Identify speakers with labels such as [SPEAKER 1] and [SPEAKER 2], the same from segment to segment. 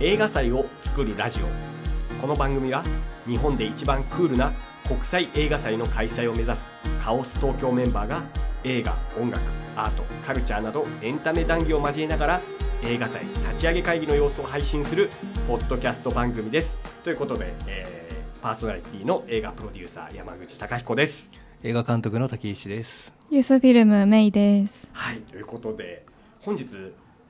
[SPEAKER 1] 映画祭を作るラジオこの番組は日本で一番クールな国際映画祭の開催を目指すカオス東京メンバーが映画音楽アートカルチャーなどエンタメ談義を交えながら映画祭立ち上げ会議の様子を配信するポッドキャスト番組ですということで、えーパーソナリティの映画プロデューサー山口貴彦です
[SPEAKER 2] 映画監督の滝石です。
[SPEAKER 3] ユースフィルムメイです。
[SPEAKER 1] はいということで本日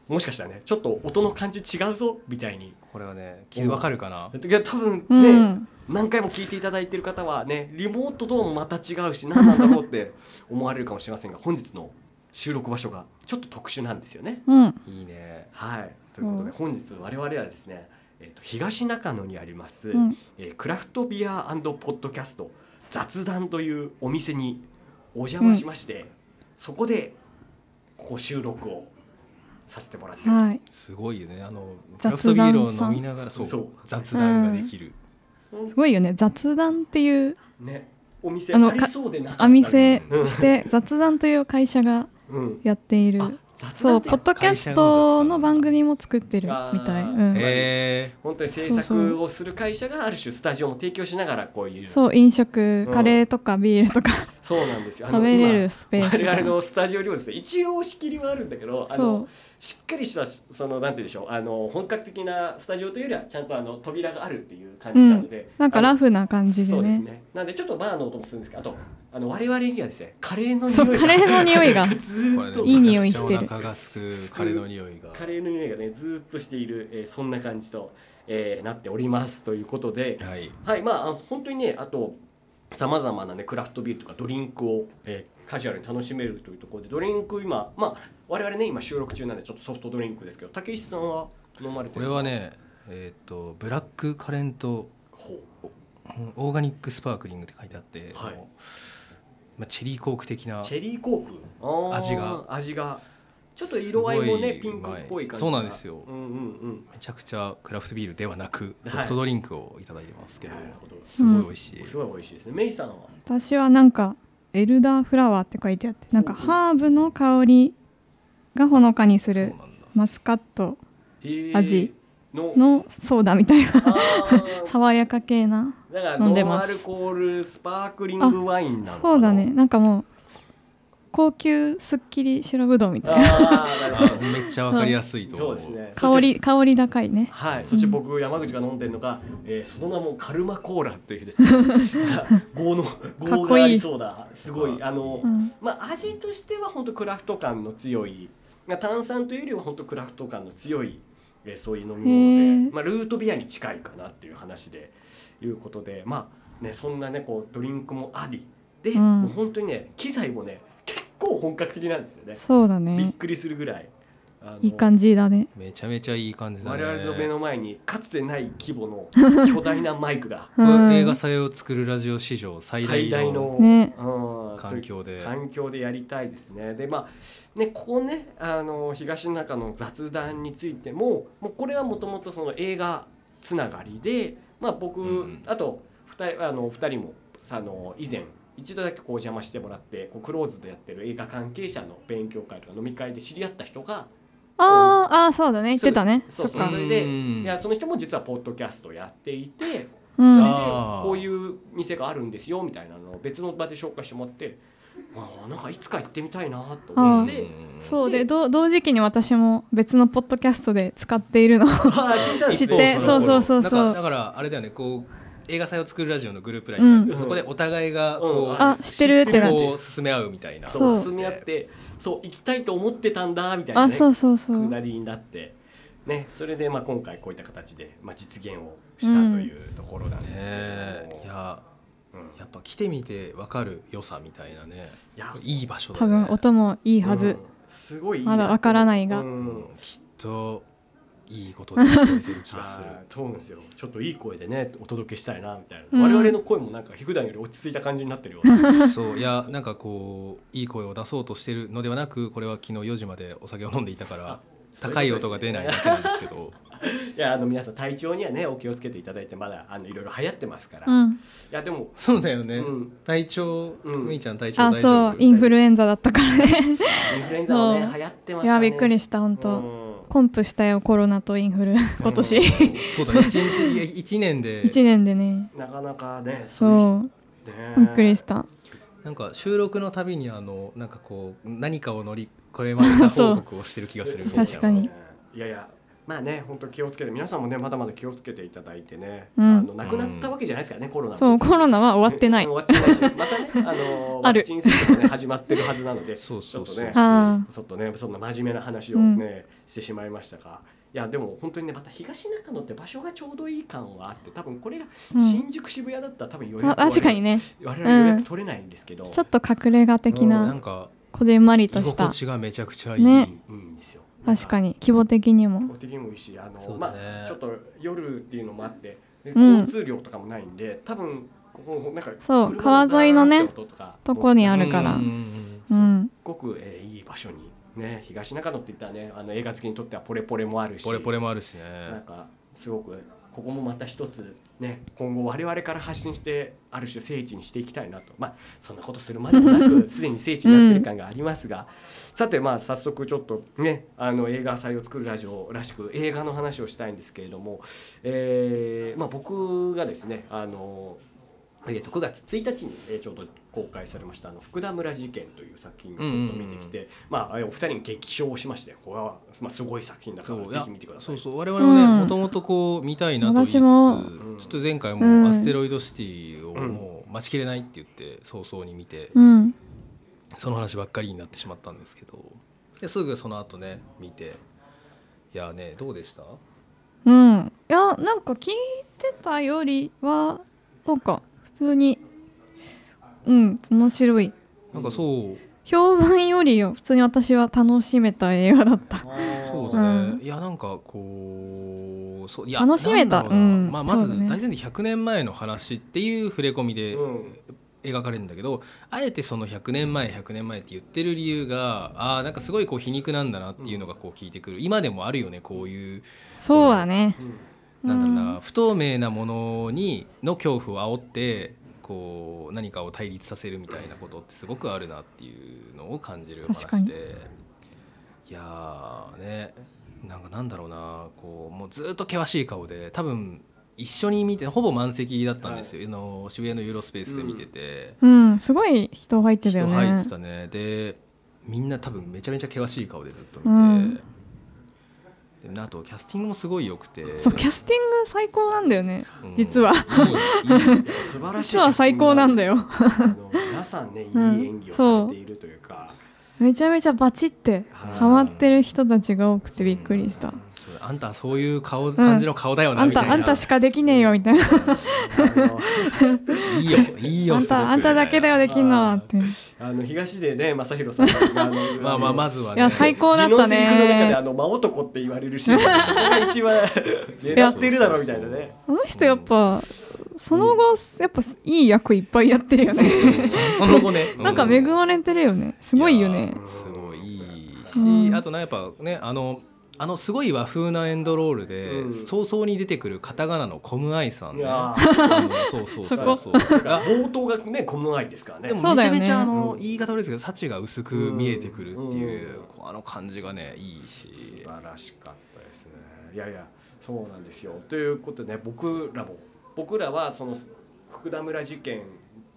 [SPEAKER 1] もしかしたらねちょっと音の感じ違うぞみたいに
[SPEAKER 2] これはね、聞いわかるかな。
[SPEAKER 1] いや多分ね、
[SPEAKER 3] うん
[SPEAKER 1] 何回も聞いていただいてる方はねリモートともまた違うし何なんだろうって思われるかもしれませんが本日の収録場所がちょっと特殊なんですよね。
[SPEAKER 3] うん。
[SPEAKER 2] いいね。
[SPEAKER 1] はいということで
[SPEAKER 3] うん
[SPEAKER 1] 本日我々はですね、えー、と東中野にあります、
[SPEAKER 3] うん。
[SPEAKER 1] えークラフトビアポッドキャスト雑談というお店にお邪魔しまして、そこでこう収録をさせてもらってる
[SPEAKER 3] はい。
[SPEAKER 2] すごいよね。あのク
[SPEAKER 3] 雑談さん
[SPEAKER 2] ラフトビールを飲みながらそう
[SPEAKER 1] そう
[SPEAKER 2] 雑談ができる。
[SPEAKER 3] すごいよね。雑談っていう
[SPEAKER 1] ねお店
[SPEAKER 3] あの
[SPEAKER 1] ありそうでなかった
[SPEAKER 3] お店して雑談という会社が
[SPEAKER 1] うん、
[SPEAKER 3] やってい
[SPEAKER 1] あ
[SPEAKER 3] る。
[SPEAKER 1] 雑
[SPEAKER 3] そ
[SPEAKER 1] 談っ
[SPEAKER 3] う、
[SPEAKER 1] て
[SPEAKER 3] ポッドキャストの番組も作ってるみたい。
[SPEAKER 1] あ
[SPEAKER 3] う
[SPEAKER 1] ー
[SPEAKER 3] ん。
[SPEAKER 2] え
[SPEAKER 1] 本当に制作をする会社がある種スタジオも提供しながらこういう
[SPEAKER 3] そう、飲食、カレーとかビールとか
[SPEAKER 1] そうなんですよあの
[SPEAKER 3] 食べれるスペ
[SPEAKER 1] 今
[SPEAKER 3] ース
[SPEAKER 1] 我々
[SPEAKER 3] が。
[SPEAKER 1] のスタジオにもですね一応仕切りはあるんだけどあ
[SPEAKER 3] そ
[SPEAKER 1] のしっかりしたそのなんて言うんでしょうあの本格的なスタジオというよりはちゃんとあの扉があるっていう感じなので、
[SPEAKER 3] う。なんか
[SPEAKER 1] あの
[SPEAKER 3] ラフな感じ
[SPEAKER 1] そ
[SPEAKER 3] で
[SPEAKER 1] うです
[SPEAKER 3] ね。
[SPEAKER 1] ねなんでちょっとバーの音もするんですけどあとあの我々にはですねカレーの匂いが
[SPEAKER 3] そう、カレーの匂いが。
[SPEAKER 1] ず
[SPEAKER 2] え
[SPEAKER 1] ーっと
[SPEAKER 3] いい匂いしてる
[SPEAKER 2] お腹がすくカレーの匂いが。
[SPEAKER 1] カレーの匂いがねずーっとしている、えーそんな感じと、えーなっておりますということで、
[SPEAKER 2] はい。
[SPEAKER 1] はいまああの本当にねあとさまざまなねクラフトビールとかドリンクを、えーカジュアルに楽しめるというところでドリンク今まあ我々ね今収録中なんでちょっとソフトドリンクですけど竹石さんは飲まれて
[SPEAKER 2] こ
[SPEAKER 1] る
[SPEAKER 2] れはね、えっ、とブラックカレント
[SPEAKER 1] ほう
[SPEAKER 2] うんオーガニックスパークリングって書いてあって、
[SPEAKER 1] はい
[SPEAKER 2] あのまあチェリーコーク的な。
[SPEAKER 1] チェリーコークあー
[SPEAKER 2] 味が
[SPEAKER 1] 味がちょっと色合いもね
[SPEAKER 2] す
[SPEAKER 1] ピ
[SPEAKER 2] ごいう
[SPEAKER 1] ンクっ
[SPEAKER 2] まい
[SPEAKER 1] ぽい感じが
[SPEAKER 2] そうなんですよ
[SPEAKER 1] うんうん
[SPEAKER 2] めちゃくちゃクラフトビールではなく
[SPEAKER 1] はい
[SPEAKER 2] ソフトドリンクをいただいてます
[SPEAKER 1] う
[SPEAKER 2] け
[SPEAKER 1] ん
[SPEAKER 2] ど、
[SPEAKER 1] なるほど
[SPEAKER 2] すごい美味しい、
[SPEAKER 1] すごい美味しいですねメイさんは
[SPEAKER 3] 私はなんか、エルダーフラワーって書いてあって、なんかハーブの香りがほのかにする
[SPEAKER 2] そうなんだ
[SPEAKER 3] マスカット
[SPEAKER 1] へー
[SPEAKER 3] 味
[SPEAKER 1] の
[SPEAKER 3] のソーダみたいな。
[SPEAKER 1] あー
[SPEAKER 3] 爽やか系な
[SPEAKER 1] だから
[SPEAKER 3] 飲んで
[SPEAKER 1] ノン
[SPEAKER 3] ま
[SPEAKER 1] ア
[SPEAKER 3] す
[SPEAKER 1] ルコールスパークリングワインなのかな
[SPEAKER 3] そうだねなんかもう高級すっきり白ぶどうみたいな
[SPEAKER 1] あーなるほど
[SPEAKER 2] あめっちゃわかりやすいと思
[SPEAKER 1] そううですね。
[SPEAKER 3] 香り香り高いね
[SPEAKER 1] はい、そして僕山口が飲んでるのが、えー、その名もカルマコーラというです ね豪の
[SPEAKER 3] かっ
[SPEAKER 1] 豪
[SPEAKER 3] こ
[SPEAKER 1] が
[SPEAKER 3] いい
[SPEAKER 1] ありそうだすごいあの、
[SPEAKER 3] うん
[SPEAKER 1] まあ味としては本当クラフト感の強いまあ炭酸というよりは本当クラフト感の強い、えーそういう飲み
[SPEAKER 3] へ
[SPEAKER 1] 物で、
[SPEAKER 3] ー
[SPEAKER 1] まあ、ルートビアに近いかなっていう話でいうことでまあねそんなねこうドリンクもありで、
[SPEAKER 3] うん
[SPEAKER 1] もう本当にね機材もね結構本格的なんですよね
[SPEAKER 3] そうだ
[SPEAKER 1] びっ
[SPEAKER 3] ね
[SPEAKER 1] くりするぐらいあの
[SPEAKER 3] いい感じだね
[SPEAKER 2] めちゃめちゃいい感じだね
[SPEAKER 1] 我々の目の前にかつてない規模の 巨大なマイクが
[SPEAKER 3] う
[SPEAKER 2] これ映画
[SPEAKER 3] ん
[SPEAKER 2] 祭を作るラジオ史上最
[SPEAKER 1] 最
[SPEAKER 2] 大
[SPEAKER 1] 大
[SPEAKER 2] の
[SPEAKER 1] の
[SPEAKER 3] ね
[SPEAKER 1] うん
[SPEAKER 2] 環境で
[SPEAKER 1] 環境でやりたいですね。でまあねここねあの東中の雑談についてももうこれはもともとその映画つながりで、まあ、僕、
[SPEAKER 2] うんうん
[SPEAKER 1] あと2人あの二人もさあの以前一度だけこうお邪魔してもらってこうクローズでやってる映画関係者の勉強会とか飲み会で知り合った人が
[SPEAKER 3] あーあーそうだね言ってたね
[SPEAKER 1] そ
[SPEAKER 3] そうっ
[SPEAKER 1] そう
[SPEAKER 3] か
[SPEAKER 1] それで
[SPEAKER 2] うん
[SPEAKER 1] いやその人も実はポッドキャストやっていて
[SPEAKER 3] う
[SPEAKER 1] それで
[SPEAKER 3] ん
[SPEAKER 2] あー
[SPEAKER 1] こういう店があるんですよみたいなのを別の場で紹介してもらってあーなんかいつか行ってみたいなと思って
[SPEAKER 2] うん
[SPEAKER 3] そうでど同時期に私も別のポッドキャストで使っているの
[SPEAKER 1] あー聞いたんです
[SPEAKER 3] 知っ
[SPEAKER 1] ね
[SPEAKER 3] てそうそうそう
[SPEAKER 2] なん
[SPEAKER 3] そ
[SPEAKER 2] か
[SPEAKER 3] う
[SPEAKER 2] だからあれだよねこう映画祭を作るラジオのグループライ
[SPEAKER 3] う
[SPEAKER 2] ン
[SPEAKER 3] ん
[SPEAKER 2] で、そこでお互いが
[SPEAKER 1] うん
[SPEAKER 2] こう、
[SPEAKER 3] あ知ってるってなって
[SPEAKER 2] こう進め合うみたいな
[SPEAKER 1] そう
[SPEAKER 3] そう
[SPEAKER 1] 進み合ってそう行きたいと思ってたんだみたいな
[SPEAKER 3] あ
[SPEAKER 1] ね
[SPEAKER 3] そうそうそ
[SPEAKER 1] く
[SPEAKER 3] う
[SPEAKER 1] だりになってねそれでまあ今回こういった形でまあ実現をしたというところなん
[SPEAKER 2] ね
[SPEAKER 1] です
[SPEAKER 2] え
[SPEAKER 1] け
[SPEAKER 2] い
[SPEAKER 1] ども
[SPEAKER 2] や
[SPEAKER 1] うん
[SPEAKER 2] やっぱ来てみてわかる良さみたいなね
[SPEAKER 1] いや
[SPEAKER 2] いい場所だ、
[SPEAKER 3] 多
[SPEAKER 2] ね、
[SPEAKER 3] 分音もいいは
[SPEAKER 1] うん
[SPEAKER 3] ず
[SPEAKER 1] すごいいい
[SPEAKER 3] まだわからないが
[SPEAKER 1] うん
[SPEAKER 2] きっといいことで聞こえてる気がする
[SPEAKER 1] あーそうなんですよちょっといい声でねお届けしたいなみたいな、
[SPEAKER 3] うん
[SPEAKER 1] 我々の声もなんか普段より落ち着いた感じになってるような
[SPEAKER 2] そういやなんかこういい声を出そうとしてるのではなくこれは昨日4時までお酒を飲んでいたから高い音が出ないだけなんですけど
[SPEAKER 1] いやあの皆さん体調にはねお気をつけていただいてまだあのいろいろ流行ってますから、
[SPEAKER 3] う
[SPEAKER 1] い
[SPEAKER 3] ん
[SPEAKER 1] やでも
[SPEAKER 2] そうだよね、
[SPEAKER 1] うん
[SPEAKER 2] 体調、
[SPEAKER 1] うん
[SPEAKER 2] むいちゃん体調
[SPEAKER 3] あ
[SPEAKER 2] 大丈
[SPEAKER 3] そ
[SPEAKER 2] 夫
[SPEAKER 3] うインフルエンザだったからね
[SPEAKER 1] インフルエンザもね
[SPEAKER 3] そう
[SPEAKER 1] 流行ってますから、ね、
[SPEAKER 3] いやびっくり
[SPEAKER 1] し
[SPEAKER 3] した本当
[SPEAKER 1] ん、
[SPEAKER 3] こコンプしたよコロナとインフル今年
[SPEAKER 2] そうだね一日一年 で
[SPEAKER 3] 1年でね
[SPEAKER 1] なかなかね
[SPEAKER 3] そう
[SPEAKER 1] ういう人
[SPEAKER 3] び
[SPEAKER 1] ね
[SPEAKER 3] っくりした
[SPEAKER 2] なんか収録のたびにあのなんかこう何かを乗り越えました報告をしてる気がする
[SPEAKER 3] そう確かに
[SPEAKER 1] いやいやまあね本当気をつけて皆さんもねまだまだ気をつけていただいてね、
[SPEAKER 3] うん
[SPEAKER 1] あのなくなったわけじゃないですからね、コロナ
[SPEAKER 3] そうコロ
[SPEAKER 1] ナ
[SPEAKER 3] ナは終わってない
[SPEAKER 1] 終わってないしまたねあの
[SPEAKER 3] あ
[SPEAKER 1] ワ
[SPEAKER 3] る
[SPEAKER 1] クチン接種もね始まってるはずなので
[SPEAKER 2] そうそうそう
[SPEAKER 1] ちょっとね
[SPEAKER 3] あ
[SPEAKER 1] ちょっとねそんな真面目な話をね、してしまいましたがいやでも本当にねまた東中野って場所がちょうどいい感はあって多分これが
[SPEAKER 3] うん
[SPEAKER 1] 新宿渋谷だったら多分予約
[SPEAKER 3] あ
[SPEAKER 1] はね
[SPEAKER 3] 確かにね
[SPEAKER 1] 我々予約取れないんですけど、
[SPEAKER 3] ちょっと隠れ家的
[SPEAKER 2] な
[SPEAKER 3] なん
[SPEAKER 2] か
[SPEAKER 3] こじんまりと
[SPEAKER 2] 居
[SPEAKER 3] し
[SPEAKER 2] 心
[SPEAKER 3] た
[SPEAKER 2] 地がめちゃくちゃいい、
[SPEAKER 3] ね
[SPEAKER 1] いいんですよ
[SPEAKER 3] 確かに規模的にも
[SPEAKER 1] 的にもいいしあの、
[SPEAKER 2] そうだ
[SPEAKER 1] ま
[SPEAKER 2] ね
[SPEAKER 1] あちょっと夜っていうのもあってで
[SPEAKER 3] うん
[SPEAKER 1] 交通量とかもないんで、多分ここなんか
[SPEAKER 3] そ
[SPEAKER 1] 車
[SPEAKER 3] う
[SPEAKER 1] の
[SPEAKER 3] 川沿いのね
[SPEAKER 1] ザーって音とか
[SPEAKER 3] とこにあるから
[SPEAKER 2] うんうん
[SPEAKER 3] う
[SPEAKER 1] うん
[SPEAKER 3] ん
[SPEAKER 1] すっごく、えーいい場所にね東中野って言ったらねあの映画好きにとってはポレポレもあるし
[SPEAKER 2] ポレポレもあるし
[SPEAKER 1] なん
[SPEAKER 2] ね
[SPEAKER 1] かすごくここもまた一つね今後我々から発信してある種聖地にしていきたいなとまあそんなことするまでもな くすでに聖地になってる感がありますが、さてまあ早速ちょっとねあの映画祭を作るラジオらしく映画の話をしたいんですけれども、えーまあ、僕がですねあのえーと9月1日に、えーちょうど公開されました「あの福田村事件」という作品をちょっと見てきて、まあ、えーお二人に激賞しましてこれは、まあ、すごい作品だか
[SPEAKER 2] そ
[SPEAKER 1] ら
[SPEAKER 2] う
[SPEAKER 1] ぜひ見てくださ
[SPEAKER 2] そ。
[SPEAKER 1] いう
[SPEAKER 2] そう我々もね
[SPEAKER 3] うん
[SPEAKER 2] もともとこう見たいなと言いつつ
[SPEAKER 3] 私も
[SPEAKER 2] ちょっと前回も
[SPEAKER 3] うん
[SPEAKER 2] うアステロイドシティをもう待ちきれないって言って早々に見て
[SPEAKER 3] うん
[SPEAKER 2] その話ばっかりになってしまったんですけどですぐその後ね見ていやねどうでした
[SPEAKER 3] うんいやなんか聞いてたよりはそうか普通にうん面白い
[SPEAKER 2] なんかそう
[SPEAKER 3] 評判よりよ普通に私は楽しめた映画だった
[SPEAKER 2] そう
[SPEAKER 3] ね
[SPEAKER 2] だね、
[SPEAKER 3] うん
[SPEAKER 2] いやなんかこうそういや
[SPEAKER 3] 楽しめた
[SPEAKER 2] なんだろな
[SPEAKER 3] うん
[SPEAKER 2] まあ、まず
[SPEAKER 3] そう
[SPEAKER 2] 大
[SPEAKER 3] だね
[SPEAKER 2] 前提100年前の話っていう触れ込みで
[SPEAKER 1] うん
[SPEAKER 2] 描かれるんだけど、あえてその100年前100年前って言ってる理由があーなんかすごいこう皮肉なんだなっていうのがこう聞いてくる今でもあるよねこういう
[SPEAKER 3] そうだね
[SPEAKER 1] うん
[SPEAKER 2] なんだろうな、
[SPEAKER 3] うん
[SPEAKER 2] 不透明なものにの恐怖を煽ってこう何かを対立させるみたいなことってすごくあるなっていうのを感じる
[SPEAKER 3] 確かに
[SPEAKER 2] 話でいやーねなんかなんだろうなこうもうずっと険しい顔で多分一緒に見てほぼ満席だったんですよ、あの渋谷のユーロスペースで見てて、
[SPEAKER 3] うんすごい人入ってたよ
[SPEAKER 2] 人
[SPEAKER 3] ね
[SPEAKER 2] 入ってたねでみんな多分めちゃめちゃ険しい顔でずっと見て、
[SPEAKER 3] うん
[SPEAKER 2] であとキャスティングもすごい良くて
[SPEAKER 3] そうキャスティング最高なんだよね
[SPEAKER 2] うん
[SPEAKER 3] 実はい
[SPEAKER 2] いいい
[SPEAKER 1] 素晴ら しい
[SPEAKER 3] 実は最高なんだよ
[SPEAKER 1] あの皆さんねいい
[SPEAKER 3] うん
[SPEAKER 1] 演技をされているというか、
[SPEAKER 3] めちゃめちゃバチって
[SPEAKER 1] はい
[SPEAKER 3] ハマってる人たちが多く てびっくりした
[SPEAKER 2] そうあんたそういう顔感じの顔だよな、
[SPEAKER 3] あん
[SPEAKER 2] みたい
[SPEAKER 3] た
[SPEAKER 2] な
[SPEAKER 3] あんたしかできねえよみたいな
[SPEAKER 1] あの
[SPEAKER 2] いいよいいよ
[SPEAKER 3] あん
[SPEAKER 2] すごく
[SPEAKER 3] たあんただけだよできんのはってい
[SPEAKER 1] あの東でね正弘さんがあの
[SPEAKER 2] まあまあまずはね
[SPEAKER 3] や最高だっ
[SPEAKER 1] 自
[SPEAKER 3] た
[SPEAKER 1] 分のセリフの中で
[SPEAKER 3] ね
[SPEAKER 1] あの真男って言われるしそこ が一番狙ってるだろうみたいなね
[SPEAKER 3] あの人やっぱその後やっぱいい役いっぱいやってるよね
[SPEAKER 2] その後ね
[SPEAKER 3] なんか恵まれてるよねすごいよね
[SPEAKER 2] やすごいいいし、
[SPEAKER 3] うん
[SPEAKER 2] あとなやっぱねあのあのすごい和風なエンドロールで、
[SPEAKER 1] うん
[SPEAKER 2] 早々に出てくるカタカナのコムアイさ
[SPEAKER 1] い
[SPEAKER 2] んね
[SPEAKER 1] や
[SPEAKER 2] あのそうそう
[SPEAKER 3] そ
[SPEAKER 2] そ
[SPEAKER 3] こ
[SPEAKER 2] うそうが
[SPEAKER 1] 冒頭がね小室愛ですからね
[SPEAKER 2] で
[SPEAKER 3] そ
[SPEAKER 2] も
[SPEAKER 3] う
[SPEAKER 2] めちゃ
[SPEAKER 3] だよね
[SPEAKER 2] めちゃあの、
[SPEAKER 1] うん
[SPEAKER 2] 言い方悪いですけど幸が薄く見えてくるっていう、
[SPEAKER 1] うん
[SPEAKER 2] こうあの感じがねいいし
[SPEAKER 1] 素晴らしかったですねいやいやそうなんですよということでね僕らも僕らはその福田村事件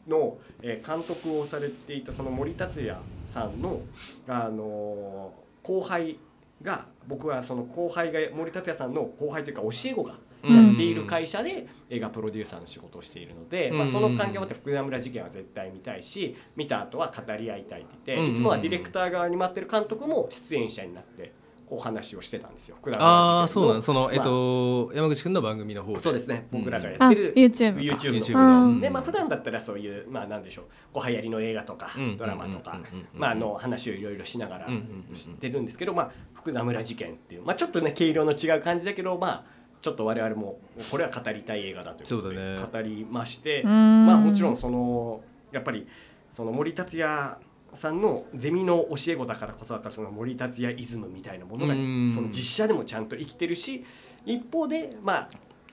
[SPEAKER 1] のえー監督をされていたその森達也さんの、あのー後輩が僕はその後輩が森達也さんの後輩というか教え子が
[SPEAKER 2] うん
[SPEAKER 1] やっている会社で映画プロデューサーの仕事をしているので、まあ、
[SPEAKER 2] うん
[SPEAKER 1] その関係もあって福田村事件は絶対見たいし見た後は語り合いたいって言って
[SPEAKER 2] うんうん
[SPEAKER 1] いつもはディレクター側に待ってる監督も出演者になってこう話をしてたんですよ福田村事件
[SPEAKER 2] ああそうなのその、
[SPEAKER 1] まあ
[SPEAKER 2] えっと山口くんの番組の方
[SPEAKER 1] そうですね
[SPEAKER 2] うん
[SPEAKER 1] 僕らがや
[SPEAKER 3] あ
[SPEAKER 1] ってる
[SPEAKER 3] YouTube か
[SPEAKER 1] YouTube
[SPEAKER 3] あ
[SPEAKER 1] の。
[SPEAKER 3] ー
[SPEAKER 1] でまあ、普段だったらそういう、まあ、なんでしょうこう流行りの映画とか
[SPEAKER 2] うん
[SPEAKER 1] ドラマとか
[SPEAKER 2] うんうんうんうん
[SPEAKER 1] まああの話をいろいろしながら
[SPEAKER 2] うんうんうんうん
[SPEAKER 1] 知ってるんですけど、まあ、福田村事件っていう、まあ、ちょっとね毛色の違う感じだけど、まあ、ちょっと我々もこれは語りたい映画だということで
[SPEAKER 2] そう
[SPEAKER 1] 語
[SPEAKER 2] だね
[SPEAKER 1] りまして、
[SPEAKER 3] うん
[SPEAKER 1] まあ、もちろんそのやっぱりその森達也さんのゼミの教え子だからこそだからその森達也イズムみたいなものが
[SPEAKER 2] うん
[SPEAKER 1] その実写でもちゃんと生きてるし一方でまあ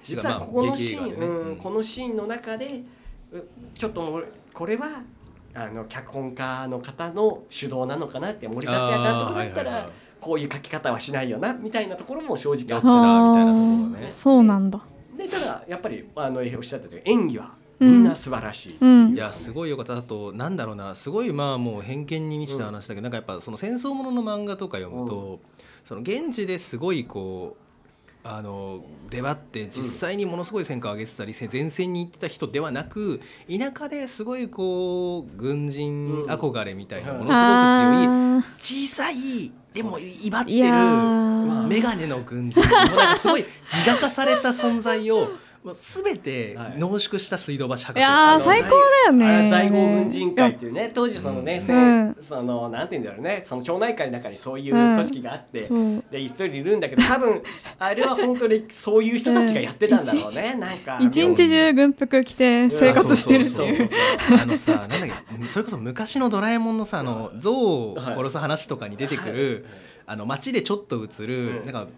[SPEAKER 1] 実はここのシーン、
[SPEAKER 2] まあ劇映画でね
[SPEAKER 1] うんこのシーンの中でうちょっともうこれはあの脚本家の方の主導なのかなって森達也監督だった
[SPEAKER 2] あーはいはい
[SPEAKER 1] ら
[SPEAKER 2] はい
[SPEAKER 1] こういう書き方はしないよなみたいなところも正直あっ
[SPEAKER 2] どっち
[SPEAKER 1] て
[SPEAKER 2] だみたいなところ
[SPEAKER 3] あー
[SPEAKER 2] ね
[SPEAKER 3] そうなんだ
[SPEAKER 1] でただやっぱりあのおっしゃったとおり演技はみんな素晴らしいって
[SPEAKER 3] うんうん
[SPEAKER 2] いやすごいよかったあとなんだろうなすごいまあもう偏見に満ちた話だけど、なんかやっぱその戦争ものの漫画とか読むと、その現地ですごいこうあの出張って実際にものすごい戦果を上げてたり、せ前線に行ってた人ではなく田舎ですごいこう軍人憧れみたいな、
[SPEAKER 1] うん
[SPEAKER 2] ものすごく強い
[SPEAKER 3] あー
[SPEAKER 2] 小さいでも威張っ
[SPEAKER 3] い
[SPEAKER 2] てる
[SPEAKER 3] やー
[SPEAKER 2] まあメガネの軍人もうなんかすごいギガ化された存在をもう全て濃縮した水道橋博士
[SPEAKER 3] いやー最高だよ
[SPEAKER 1] あれ
[SPEAKER 3] ね
[SPEAKER 1] 在郷軍人会っていうね当時そのね、せ
[SPEAKER 3] うん
[SPEAKER 1] そのなんて言うんだろうねその町内会の中にそういう
[SPEAKER 3] うん
[SPEAKER 1] 組織があって、
[SPEAKER 3] そう
[SPEAKER 1] で一人いるんだけど多分あれは本当にそういう人たちがやってたんだろうね、なんか
[SPEAKER 3] 一日中軍服着て生活してるって
[SPEAKER 1] そう
[SPEAKER 3] い
[SPEAKER 1] そううそう
[SPEAKER 2] あのさなんだっけそれこそ昔の「ドラえもん」のさあの象を殺す話とかに出てくる、あの街でちょっと映る、
[SPEAKER 1] うん
[SPEAKER 2] なんか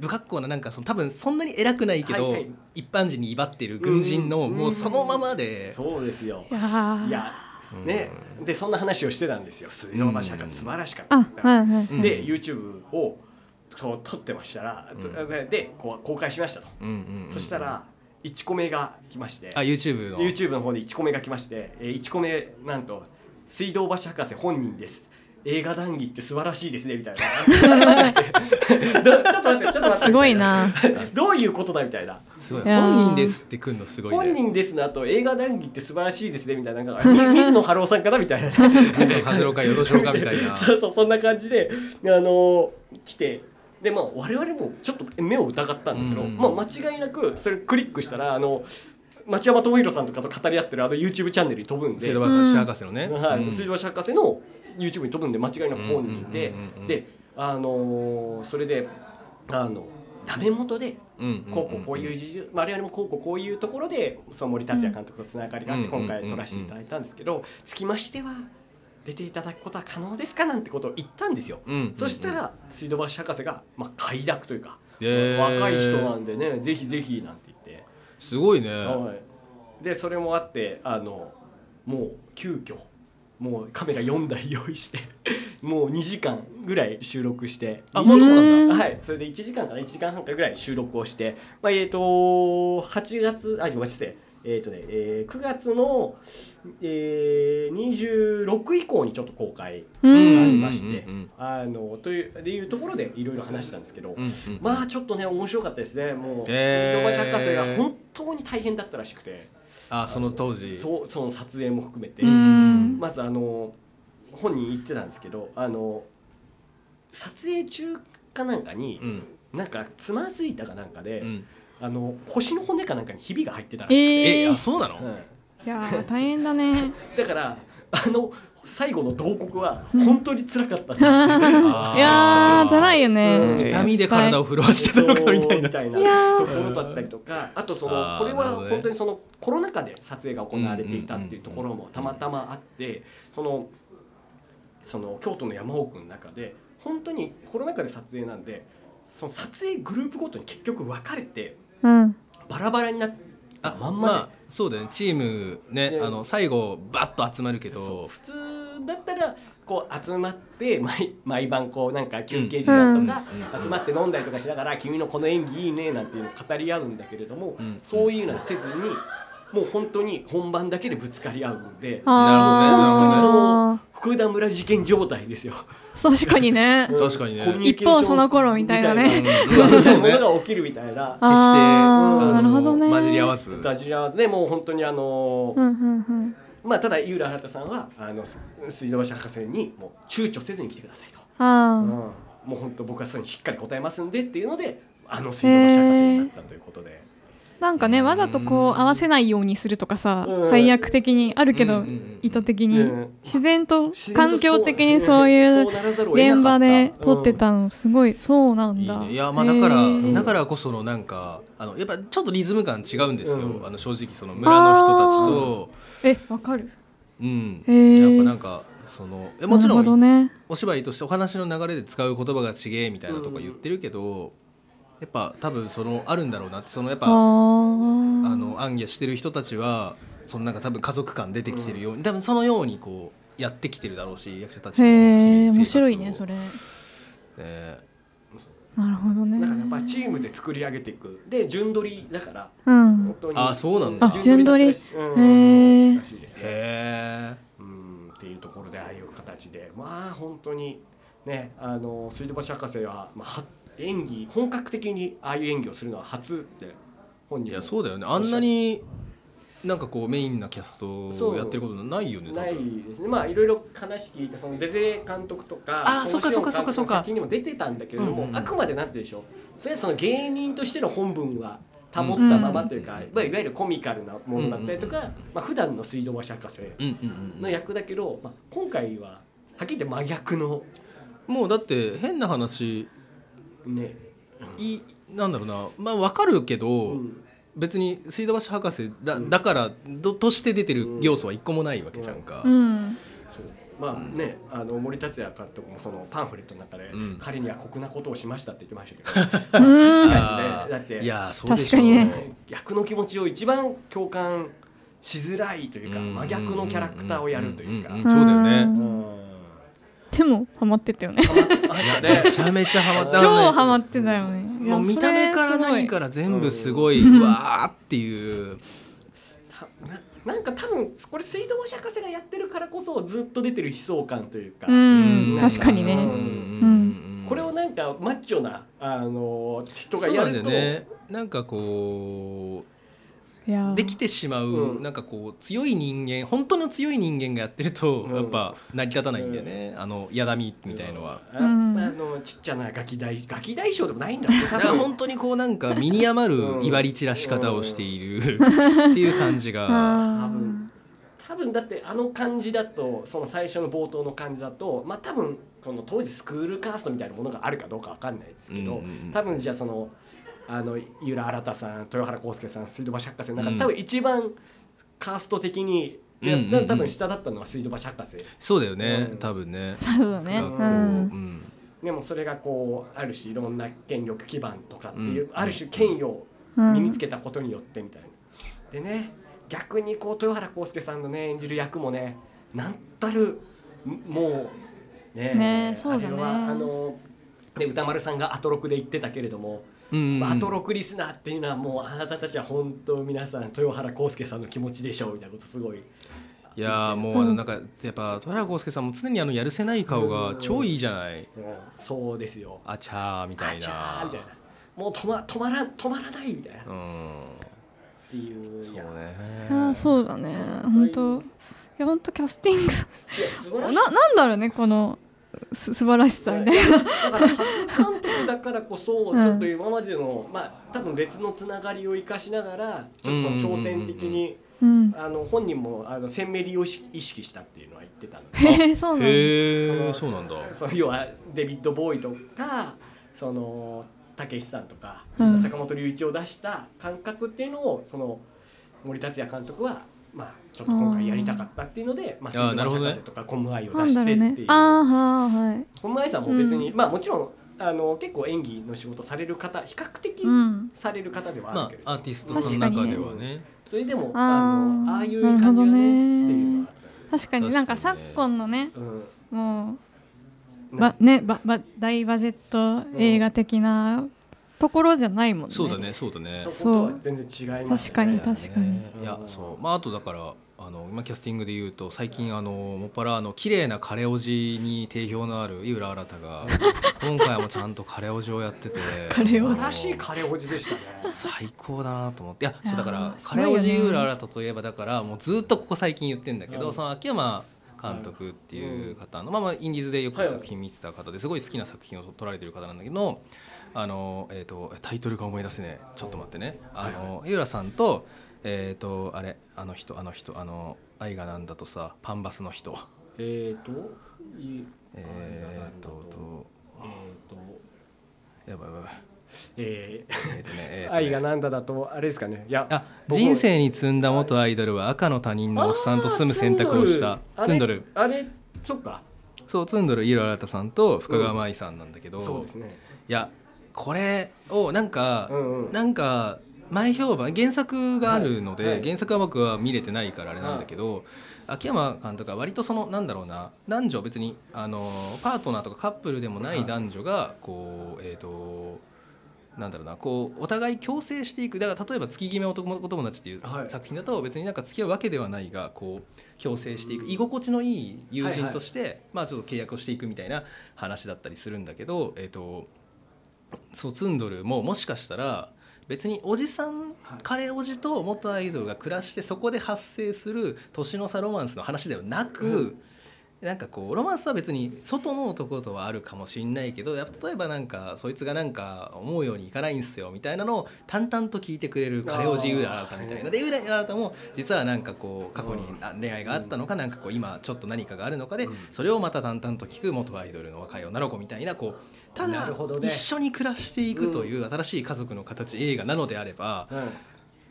[SPEAKER 2] 不格好ななんかその多分そんなに偉くないけど、
[SPEAKER 1] はいはい
[SPEAKER 2] 一般人に威張ってる軍人の、
[SPEAKER 1] うん
[SPEAKER 2] もうそのままで、
[SPEAKER 1] そうですよ
[SPEAKER 3] いやー
[SPEAKER 1] いや
[SPEAKER 2] うん
[SPEAKER 1] ね、でそんな話をしてたんですよ水道橋博士素晴らしかった、
[SPEAKER 3] あはいはい
[SPEAKER 2] うん
[SPEAKER 1] で YouTube をこう撮ってましたら、
[SPEAKER 2] ん
[SPEAKER 1] でこう公開しましたと、
[SPEAKER 2] うんうんうん
[SPEAKER 1] そしたら1個目が来まして
[SPEAKER 2] あ YouTube の
[SPEAKER 1] YouTube の方で1個目が来まして、えー、1個目なんと「水道橋博士本人です」映画談義って素晴らしいですねみたいな どちょっと待ってちょっと待って
[SPEAKER 3] すごいな
[SPEAKER 1] どういうことだみたいな
[SPEAKER 2] すごい
[SPEAKER 3] いやー
[SPEAKER 2] 本人ですってくんのすごいね
[SPEAKER 1] 本人ですのあと映画談義って素晴らしいですねみたいななんかみ水野晴郎さんかなみたいな
[SPEAKER 2] 水野和郎かよろしょうかみたい な
[SPEAKER 1] そうそうそんな感じで、あのー来てでまあ我々もちょっと目を疑ったんだけど、
[SPEAKER 2] うん
[SPEAKER 1] まあ、間違いなくそれクリックしたらあの町山智弘さんとかと語り合ってるあの YouTube チャンネルに飛ぶんで
[SPEAKER 2] 水道橋博士のね、
[SPEAKER 1] はい
[SPEAKER 2] うん
[SPEAKER 1] 水上博士の YouTube に飛ぶんで間違いなく本人で
[SPEAKER 2] うんうんうんうん
[SPEAKER 1] であのーそれであのダメ元で
[SPEAKER 2] うんうんうん
[SPEAKER 1] こうこうこういう事情我々もこうこうこういうところでその森達也監督とつながりがあって
[SPEAKER 2] うんうん
[SPEAKER 1] 今回撮らせていただいたんですけどつきましては出ていただくことは可能ですかなんてことを言ったんですよ。
[SPEAKER 2] うんうんうん
[SPEAKER 1] そしたら水道橋博士が、まあ、快諾というか、
[SPEAKER 2] へー
[SPEAKER 1] 若い人なんでねぜひぜひなんて言って。
[SPEAKER 2] すごいね
[SPEAKER 1] はい、でそれもあってあのもう急遽もうカメラ4台用意して もう2時間ぐらい収録して
[SPEAKER 2] あ
[SPEAKER 3] もう撮ったんだ
[SPEAKER 1] はいそれで1時間かな1時間半かぐらい収録をして、まあ、えっ、と8月あごめんなさいえっ、とね、えー9月の、えー、26以降にちょっと公開
[SPEAKER 3] う
[SPEAKER 1] あ
[SPEAKER 2] うん
[SPEAKER 1] り
[SPEAKER 3] ん
[SPEAKER 1] まして、
[SPEAKER 2] うんうんうん
[SPEAKER 1] あのというでいうところでいろいろ話したんですけど、
[SPEAKER 2] うんうん
[SPEAKER 1] まあちょっとね面白かったですねもう水
[SPEAKER 2] え
[SPEAKER 1] 道
[SPEAKER 2] ー
[SPEAKER 1] 橋博士が本当に大変だったらしくて、
[SPEAKER 2] あその当時
[SPEAKER 1] とその撮影も含めて、
[SPEAKER 3] うん
[SPEAKER 1] まずあの本人言ってたんですけどあの撮影中かなんかに、
[SPEAKER 2] うん
[SPEAKER 1] なんかつまずいたかなんかで、
[SPEAKER 2] うん
[SPEAKER 1] あの腰の骨かなんかにひびが入ってたらしい、
[SPEAKER 2] え
[SPEAKER 3] え
[SPEAKER 2] あ
[SPEAKER 3] ー
[SPEAKER 2] そうなの
[SPEAKER 1] うん
[SPEAKER 3] いやー大変だね
[SPEAKER 1] だからあの最後の慟哭は本当に辛かったんです、
[SPEAKER 2] あー
[SPEAKER 3] いやー辛いよ
[SPEAKER 1] う
[SPEAKER 3] ね
[SPEAKER 1] ん
[SPEAKER 2] 痛みで体を震わしてたのかみたいな
[SPEAKER 1] そうみ
[SPEAKER 3] いやー
[SPEAKER 1] ところだったりとかあとその
[SPEAKER 2] あー
[SPEAKER 1] これ
[SPEAKER 2] なる
[SPEAKER 1] は
[SPEAKER 2] ほどね
[SPEAKER 1] 本当にそのコロナ禍で撮影が行われていたっていうところもたまたまあってそのその京都の山奥の中で本当にコロナ禍で撮影なんでその撮影グループごとに結局分かれて
[SPEAKER 3] うん
[SPEAKER 1] バラバラになったまんまで。
[SPEAKER 2] あそうだよねチーム
[SPEAKER 1] チ
[SPEAKER 2] ね
[SPEAKER 1] ーム
[SPEAKER 2] あの最後バッと集まるけ
[SPEAKER 1] そう
[SPEAKER 2] ど
[SPEAKER 1] 普通だったらこう集まって毎毎晩こうなんか休憩時間とか
[SPEAKER 2] うん
[SPEAKER 1] 集まって飲んだりとかしながら「君のこの演技いいね」なんていうのを語り合うんだけれども
[SPEAKER 2] うん
[SPEAKER 1] そういうのはせずにもう本当に本番だけでぶつかり合うんで
[SPEAKER 2] なるほどね
[SPEAKER 1] その
[SPEAKER 3] あ
[SPEAKER 1] 福田村事件状態ですよ。
[SPEAKER 3] ー確かにね
[SPEAKER 2] ん確かにね
[SPEAKER 1] コミュニケーション
[SPEAKER 3] 一方その頃みたいなね
[SPEAKER 1] みたい
[SPEAKER 2] うん
[SPEAKER 1] なそういうものが起きるみたいな。
[SPEAKER 2] 決して
[SPEAKER 3] あー
[SPEAKER 2] あ
[SPEAKER 3] なるほど
[SPEAKER 2] の
[SPEAKER 3] ね
[SPEAKER 2] 混じり合わず
[SPEAKER 1] ダジラでもう本当にあの
[SPEAKER 3] うんうんうん
[SPEAKER 1] まあただ井浦新さんはあの水道橋博士にもう躊躇せずに来てくださいと。
[SPEAKER 3] あ
[SPEAKER 1] う
[SPEAKER 3] ー
[SPEAKER 1] ん、もう本当僕はそれにしっかり答えますんでっていうのであの水道橋博士になったということで、
[SPEAKER 3] なんかねわざとこ
[SPEAKER 2] う
[SPEAKER 3] うん合わせないようにするとかさ
[SPEAKER 1] うん
[SPEAKER 3] 配役的にあるけ
[SPEAKER 2] う
[SPEAKER 3] ど
[SPEAKER 2] んうんうん
[SPEAKER 3] 意図的
[SPEAKER 1] うん
[SPEAKER 3] に自然と
[SPEAKER 1] 自然と
[SPEAKER 3] 環
[SPEAKER 1] そう
[SPEAKER 3] 境的にそういう
[SPEAKER 1] そうならざるを得なか
[SPEAKER 3] 現
[SPEAKER 1] った
[SPEAKER 3] 場で撮って、
[SPEAKER 1] うん
[SPEAKER 3] たのすごいそうなん
[SPEAKER 2] いい
[SPEAKER 3] だ
[SPEAKER 2] ねいやまあだから、
[SPEAKER 3] へー
[SPEAKER 2] だからこそのなんかあのやっぱちょっとリズム感違うんですよ、
[SPEAKER 1] うん
[SPEAKER 2] あの正直その村の人たちと、
[SPEAKER 3] えわかる
[SPEAKER 2] うん
[SPEAKER 3] へー
[SPEAKER 2] やっぱなんかそのえもちろ
[SPEAKER 3] なるほど
[SPEAKER 2] ん
[SPEAKER 3] ね
[SPEAKER 2] お芝居としてお話の流れで使う言葉がちげえみたいなとか言ってるけど、やっぱ多分そのあるんだろうなってそのやっ
[SPEAKER 3] あ
[SPEAKER 2] ぱあ
[SPEAKER 3] ー
[SPEAKER 2] の暗夜してる人たちはそのなんか多分家族感出てきてるように、多分そのようにこうやってきてるだろうし役者たち
[SPEAKER 3] へ
[SPEAKER 2] の
[SPEAKER 3] え面
[SPEAKER 2] 日々の生
[SPEAKER 3] 白
[SPEAKER 2] 活を
[SPEAKER 3] いねそれ
[SPEAKER 2] ね
[SPEAKER 3] なるほどね
[SPEAKER 1] だからやっぱチームで作り上げていくで順取りだから
[SPEAKER 3] うん
[SPEAKER 1] 本当に
[SPEAKER 2] あそうなんだ
[SPEAKER 3] あ順取り
[SPEAKER 1] 順取
[SPEAKER 3] へ
[SPEAKER 1] りだったらしうん
[SPEAKER 3] え
[SPEAKER 1] らしいですね
[SPEAKER 2] へえ
[SPEAKER 1] うんっていうところでああいう形でまあ本当にねあの水道橋博士は,、まあ、は演技本格的にああいう演技をするのは初って本
[SPEAKER 2] い
[SPEAKER 1] 人
[SPEAKER 2] や
[SPEAKER 1] も
[SPEAKER 2] そうだよねあんなになんかこうメインなキャストをやってることないよね多
[SPEAKER 1] ない
[SPEAKER 2] 分
[SPEAKER 1] ですねまあいろいろ話聞いてその是々監督とか
[SPEAKER 2] あーそっか
[SPEAKER 1] のシオン
[SPEAKER 2] そっかそっかそっか
[SPEAKER 1] 監督の作品にも出てたんだけれども、
[SPEAKER 2] うんうん
[SPEAKER 1] あくまでなんて言うんでしょうそれはその芸人としての本分は保ったままというか、
[SPEAKER 2] うん
[SPEAKER 1] まあ、いわゆるコミカルなものだったりとか、
[SPEAKER 2] うんうんうん
[SPEAKER 1] まあ普段の水道橋博士
[SPEAKER 2] うんうんうん
[SPEAKER 1] の役だけど、まあ、今回ははっきり言って真逆の
[SPEAKER 2] もうだって変な話
[SPEAKER 1] ね。
[SPEAKER 2] いなんだろうなまあわかるけど、
[SPEAKER 1] うん
[SPEAKER 2] 別に水道橋博士だ,、
[SPEAKER 1] うん
[SPEAKER 2] だからどとして出てる要素は一個もないわけじゃんか、
[SPEAKER 3] うん
[SPEAKER 1] そうまあね、あの森達也監督もそのパンフレットの中で、
[SPEAKER 2] うん
[SPEAKER 1] 彼には酷なことをしましたって言ってましたけど
[SPEAKER 3] うん
[SPEAKER 1] かにねだって
[SPEAKER 2] いやそうでしょ
[SPEAKER 3] 確かにね
[SPEAKER 1] 逆の気持ちを一番共感しづらいというか、
[SPEAKER 2] うん
[SPEAKER 1] 真逆のキャラクターをやるというか。
[SPEAKER 2] んんんそうだよね
[SPEAKER 1] う
[SPEAKER 3] うんでもハマってたよね
[SPEAKER 2] めちゃめちゃハマった
[SPEAKER 1] だ
[SPEAKER 3] 超
[SPEAKER 2] あのね
[SPEAKER 3] ハマってたよねいや
[SPEAKER 2] もう見た目から何から全部すごい
[SPEAKER 3] うん
[SPEAKER 2] うわーっていう
[SPEAKER 1] たななんか多分これ水道橋博士がやってるからこそずっと出てる悲壮感というか、
[SPEAKER 3] それすごいうん、
[SPEAKER 1] うん
[SPEAKER 3] 確か
[SPEAKER 1] う
[SPEAKER 3] に
[SPEAKER 2] うんんうん
[SPEAKER 3] ね
[SPEAKER 1] これをなんかマッチョなあの人が
[SPEAKER 2] そう
[SPEAKER 1] や
[SPEAKER 2] なんだ
[SPEAKER 1] る
[SPEAKER 2] よ
[SPEAKER 1] と、
[SPEAKER 2] ねなんかこ
[SPEAKER 3] いや
[SPEAKER 2] うできてしまう、
[SPEAKER 1] うん
[SPEAKER 2] なんかこう強い人間本当の強い人間がやってると、
[SPEAKER 1] うん
[SPEAKER 2] やっぱ成り立たないんだよね、あのやだみみたいのは。
[SPEAKER 1] あ、
[SPEAKER 3] うん
[SPEAKER 1] あのちっちゃなガキ大ガキ大将でもないんだろうね多
[SPEAKER 2] だから
[SPEAKER 1] 分
[SPEAKER 2] 本当にこうなんか身に余
[SPEAKER 1] う
[SPEAKER 2] る
[SPEAKER 1] ん
[SPEAKER 2] 威張り散らし方をしているっていう感じが
[SPEAKER 1] 多
[SPEAKER 3] あ
[SPEAKER 1] 分多分だってあの感じだとその最初の冒頭の感じだとまあ多分この当時スクールカーストみたいなものがあるかどうかわかんないですけど、
[SPEAKER 2] うんうんうん
[SPEAKER 1] 多分じゃあそのあの井浦新さん豊原康介さん水道橋博士の中で、
[SPEAKER 2] うん
[SPEAKER 1] 多分一番カースト的に、で
[SPEAKER 2] うんうんうん
[SPEAKER 1] 多分下だったのは水道橋博士
[SPEAKER 2] そうだよね、
[SPEAKER 1] うん
[SPEAKER 2] 多分ね。
[SPEAKER 3] ーそうだね
[SPEAKER 2] な
[SPEAKER 3] う
[SPEAKER 2] かこ
[SPEAKER 3] ん
[SPEAKER 2] ううんん
[SPEAKER 1] でもそれがこうある種いろんな権力基盤とかっていう、
[SPEAKER 2] うん
[SPEAKER 1] ある種権威を
[SPEAKER 3] うん
[SPEAKER 1] 身につけたことによってみたいな。でね逆にこう豊原康介さんのね演じる役もねなんたるんもうね
[SPEAKER 3] ねえそうだね
[SPEAKER 1] あれはあので歌丸さんがアトロクで言ってたけれども、
[SPEAKER 2] うん
[SPEAKER 1] アトロクリスナーっていうのはもうあなたたちは本当皆さん豊原康介さんの気持ちでしょうみたいなことすごい
[SPEAKER 2] いやーもうあのなんかやっぱ豊原康介さんも常にあのやるせない顔が超いいじゃな
[SPEAKER 1] う
[SPEAKER 2] い
[SPEAKER 1] んそうですよ
[SPEAKER 2] あちゃーみたい
[SPEAKER 1] あちゃ
[SPEAKER 2] な
[SPEAKER 1] ーみたいなもう止ま止まらん止まらないみたいなっ
[SPEAKER 2] うん
[SPEAKER 1] ていう
[SPEAKER 2] そう
[SPEAKER 1] いや
[SPEAKER 3] いや
[SPEAKER 2] ね
[SPEAKER 3] そうだね本当いや本当キャスティング
[SPEAKER 1] いや素晴らしい
[SPEAKER 3] ななんだろうねこのす素晴らしさみたいな、
[SPEAKER 1] だから初監督だからこそ、
[SPEAKER 3] うん
[SPEAKER 1] ちょっと今までの、まあ、多分別のつながりを生かしながらちょっとその挑戦的に、
[SPEAKER 3] うん、
[SPEAKER 1] あの本人もあの鮮明利をし意識したっていうのは言ってたの で
[SPEAKER 3] へえそうなんだ
[SPEAKER 2] へえそうなんだ
[SPEAKER 1] その要はデビッド・ボーイとかそのたけしさんとか、
[SPEAKER 3] うん
[SPEAKER 1] 坂本龍一を出した感覚っていうのをその森達也監督は、まあ、ちょっと今回やりたかったっていうので「まあ、
[SPEAKER 2] あー
[SPEAKER 1] 水
[SPEAKER 2] なるほ
[SPEAKER 1] 道橋
[SPEAKER 2] どね
[SPEAKER 1] 博士」とか「コムアイ」を
[SPEAKER 3] な
[SPEAKER 1] 出
[SPEAKER 3] ん
[SPEAKER 1] して
[SPEAKER 3] だ
[SPEAKER 1] っ
[SPEAKER 3] ろ
[SPEAKER 1] て
[SPEAKER 3] うね
[SPEAKER 1] いう。
[SPEAKER 3] あーはーはい
[SPEAKER 1] 本間愛さんも別に、
[SPEAKER 3] う
[SPEAKER 1] まあもちろんあの結構演技の仕事される方比較的
[SPEAKER 3] うん
[SPEAKER 1] される方ではあ
[SPEAKER 2] ま
[SPEAKER 1] るけれど、
[SPEAKER 2] あアーティストの中ではね
[SPEAKER 1] それでも
[SPEAKER 3] あ
[SPEAKER 1] あ
[SPEAKER 3] ー
[SPEAKER 1] のああいう感じだねっていうのはあっ
[SPEAKER 3] 確かになんか
[SPEAKER 2] 確かに
[SPEAKER 3] 昨
[SPEAKER 2] ね
[SPEAKER 3] 今のね
[SPEAKER 1] たね、
[SPEAKER 3] もう
[SPEAKER 1] うん
[SPEAKER 3] ばねばば大バジェット映画的なところじゃないもんね
[SPEAKER 2] そうだねそうだね
[SPEAKER 1] そことは全然違います
[SPEAKER 3] 確かに
[SPEAKER 2] だよね
[SPEAKER 3] 確かに
[SPEAKER 2] いやそうまああとだからあの今キャスティングで言うと最近あのもっぱらあの綺麗なカレオジに定評のある井浦新 が今回もちゃんとカレオジをやってて
[SPEAKER 3] カレ
[SPEAKER 1] 素
[SPEAKER 3] オジ
[SPEAKER 1] 晴らしいカレーおじでしたね
[SPEAKER 2] 最高だなと思っていや
[SPEAKER 3] いや
[SPEAKER 2] そうだから
[SPEAKER 3] すごい
[SPEAKER 2] 金
[SPEAKER 3] よね
[SPEAKER 2] オジウラ新といえばだからもうずっとここ最近言ってんだけど、
[SPEAKER 1] うん
[SPEAKER 2] その秋山監督っていう方の、まあまあインディーズでよく作品見てた方ですごい好きな作品を撮られてる方なんだけどあの、えー、とタイトルが思い出せねちょっと待ってねあの井浦さんとえっ、とあれあの人あの人あの愛がなんだとさパンバスの人
[SPEAKER 1] えっ、ー、とい
[SPEAKER 2] えっ、とと
[SPEAKER 1] えーと
[SPEAKER 2] やばいやばいやばい
[SPEAKER 1] え
[SPEAKER 2] えっ、とね
[SPEAKER 1] ー、
[SPEAKER 2] えーとね
[SPEAKER 1] 愛がなんだだとあれですかねいや
[SPEAKER 2] あ
[SPEAKER 1] 僕
[SPEAKER 2] 人生に積んだ元アイドルは赤の他人のおっさんと住む選択をした
[SPEAKER 1] あー
[SPEAKER 2] ツンドル
[SPEAKER 1] あれあれそっか
[SPEAKER 2] そうツンドル井浦新さんと深川麻衣さんなんだけど、
[SPEAKER 1] そうですね
[SPEAKER 2] いやこれをなんか、
[SPEAKER 1] うんうん
[SPEAKER 2] なんか前評判原作があるので、
[SPEAKER 1] はいはい
[SPEAKER 2] 原作は僕は見れてないからあれなんだけど、秋山監督は割とそのなんだろうな男女別にあのパートナーとかカップルでもない男女がこうえっ、となんだろうなこうお互い共生していくだから例えば「月決め男の子友達」っていう
[SPEAKER 1] はい
[SPEAKER 2] 作品だと別になんか付き合うわけではないがこう共生していく居心地のいい友人として、まあちょっと契約をしていくみたいな話だったりするんだけど、えっとそうツンドルももしかしたら別におじさん
[SPEAKER 1] はい
[SPEAKER 2] 彼おじと元アイドルが暮らしてそこで発生する年の差ロマンスの話ではなく、なんかこうロマンスは別に外の男とはあるかもしんないけどやっぱ例えばなんかそいつがなんか思うようにいかないんすよみたいなのを淡々と聞いてくれる彼おじウーラ新たみたいなでウーラ新たも実はなんかこう過去にあ恋愛があったのかなんかこう今ちょっと何かがあるのかで
[SPEAKER 1] うん
[SPEAKER 2] それをまた淡々と聞く元アイドルの若い女の子みたいなこうた
[SPEAKER 1] な
[SPEAKER 2] だ
[SPEAKER 1] るほどね
[SPEAKER 2] 一緒に暮らしていくという新しい家族の形映画なのであれば
[SPEAKER 1] うん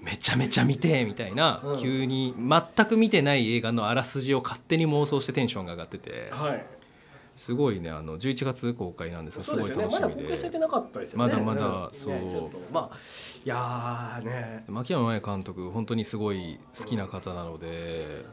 [SPEAKER 2] めちゃめちゃ見てみたいな
[SPEAKER 1] うん
[SPEAKER 2] 急に全く見てない映画のあらすじを勝手に妄想してテンションが上がってて
[SPEAKER 1] はい
[SPEAKER 2] すごいねあの11月公開なんですがす
[SPEAKER 1] そうです
[SPEAKER 2] ごい
[SPEAKER 1] よね
[SPEAKER 2] 楽
[SPEAKER 1] ま
[SPEAKER 2] し
[SPEAKER 1] だ
[SPEAKER 2] み
[SPEAKER 1] 公
[SPEAKER 2] で
[SPEAKER 1] 開されてなかったですよね
[SPEAKER 2] まだまだ
[SPEAKER 1] ん
[SPEAKER 2] そう
[SPEAKER 1] ねちょっとまあいやーね
[SPEAKER 2] 牧山前監督本当にすごい好きな方なので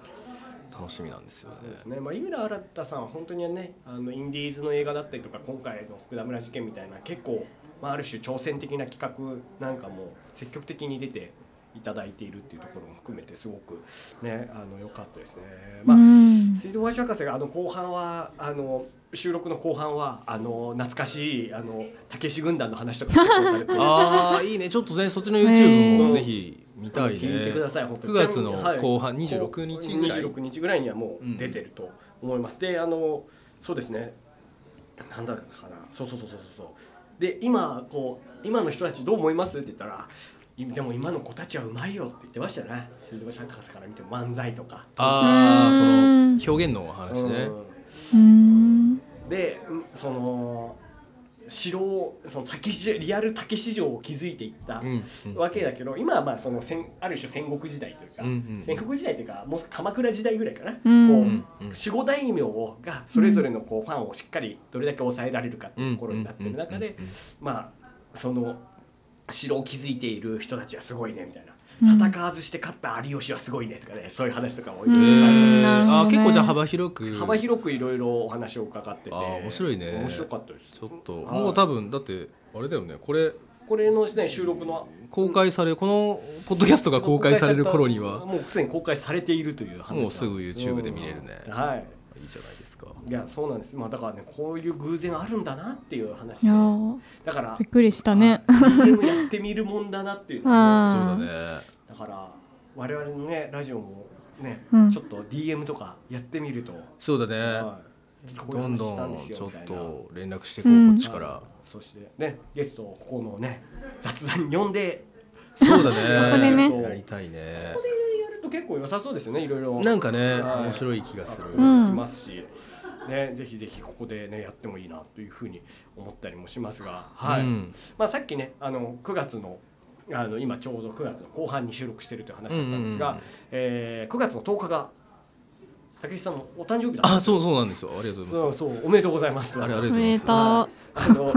[SPEAKER 2] 楽しみなんですよね
[SPEAKER 1] そうですね、まあ、井浦新さんは本当にねあのインディーズの映画だったりとか今回の福田村事件みたいな結構、まあ、ある種挑戦的な企画なんかも積極的に出ていただいているっていうところも含めてすごくねあの良かったですね。まあ
[SPEAKER 3] うん
[SPEAKER 1] 水道橋博士があの後半はあの収録の後半はあの懐かしいあのたけし軍団の話とか結構されて
[SPEAKER 2] ああいいねちょっとねそっちの YouTube もぜひ見たいね
[SPEAKER 1] 聞いてください本当
[SPEAKER 2] 9月の
[SPEAKER 1] ちなみにはい
[SPEAKER 2] 後半26日ぐらい
[SPEAKER 1] 26日ぐらいにはもう出てると思います、であのそうですねなんだかなそうそうそうそうそうで今こう今の人たちどう思いますって言ったらいでも今の子たちはうまいよって言ってましたね水道橋博士から見ても漫才とか
[SPEAKER 2] ああその
[SPEAKER 3] うん
[SPEAKER 2] 表現のお話ね
[SPEAKER 1] うん
[SPEAKER 3] うん
[SPEAKER 1] でうんその城をその竹市リアル竹市場を築いていった、
[SPEAKER 2] うん
[SPEAKER 1] わけだけど今はまあその戦ある種戦国時代というか、
[SPEAKER 2] うんうん
[SPEAKER 1] 戦国時代というかもう鎌倉時代ぐらいかな、
[SPEAKER 3] うん
[SPEAKER 1] こう
[SPEAKER 2] うんうん
[SPEAKER 1] 守護大名がそれぞれのこうファンをしっかりどれだけ抑えられるかっていうところになってる中で
[SPEAKER 2] うんうんうんうん
[SPEAKER 1] まあその城を築いている人たちはすごいねみたいな。
[SPEAKER 3] うん
[SPEAKER 1] 戦わずして勝った有吉はすごいねとかねそういう話とかもい
[SPEAKER 2] へ
[SPEAKER 1] ろいろされて
[SPEAKER 2] ー
[SPEAKER 3] うんなるほどね
[SPEAKER 2] あー結構じゃあ幅広く
[SPEAKER 1] 幅広くいろいろお話を伺ってて
[SPEAKER 2] あー面白いね
[SPEAKER 1] 面白かったです
[SPEAKER 2] ちょっと
[SPEAKER 1] はい
[SPEAKER 2] もう多分だってあれだよねこれ
[SPEAKER 1] これの、ね、収録の
[SPEAKER 2] 公開されこのポッドキャストが公開される頃には
[SPEAKER 1] もうすでに公開されているという話なんで
[SPEAKER 2] もうすぐ YouTube で見れるね
[SPEAKER 1] うんはい
[SPEAKER 2] いいじゃないですか
[SPEAKER 1] いやそうなんですまあだからねこういう偶然あるんだなっていう話
[SPEAKER 3] い
[SPEAKER 1] で
[SPEAKER 3] やー
[SPEAKER 1] だから
[SPEAKER 3] びっくりしたね。
[SPEAKER 1] あ DM やってみるもんだなっていう
[SPEAKER 2] そう
[SPEAKER 3] あ
[SPEAKER 2] だ
[SPEAKER 3] ー
[SPEAKER 2] ね
[SPEAKER 1] だから我々のねラジオもね、
[SPEAKER 3] うん
[SPEAKER 1] ちょっと DM とかやってみると、
[SPEAKER 2] そうだね
[SPEAKER 1] はいこういう
[SPEAKER 2] ど
[SPEAKER 1] 話し
[SPEAKER 2] んど
[SPEAKER 1] た
[SPEAKER 2] ん
[SPEAKER 1] ですよ
[SPEAKER 2] ちょっ
[SPEAKER 1] みたいな
[SPEAKER 2] と連絡してこうこっちから
[SPEAKER 1] そしてねゲストをここのね雑談に呼んで
[SPEAKER 2] そう だ
[SPEAKER 1] ここで
[SPEAKER 2] ね
[SPEAKER 1] ね
[SPEAKER 2] やりたいね
[SPEAKER 1] やると結構良さそうですよねいろいろ
[SPEAKER 2] なんかね
[SPEAKER 1] はい
[SPEAKER 2] 面白い気がする
[SPEAKER 1] つきますし、ね、ぜひぜひここでねやってもいいなというふうに思ったりもしますが、はい
[SPEAKER 2] うん
[SPEAKER 1] まあ、さっきねあの9月のあの今ちょうど9月の後半に収録してるという話だったんですが、
[SPEAKER 2] うんうんうん
[SPEAKER 1] えー9月の10日が武井さんのお誕生日だった
[SPEAKER 2] あそうそうなんですよありがとうござい
[SPEAKER 1] そ
[SPEAKER 2] ま
[SPEAKER 1] う
[SPEAKER 2] す
[SPEAKER 1] そうおめでとうございます
[SPEAKER 2] あれあ
[SPEAKER 3] お
[SPEAKER 2] れ
[SPEAKER 3] めでとう。
[SPEAKER 1] は
[SPEAKER 3] はい
[SPEAKER 1] あの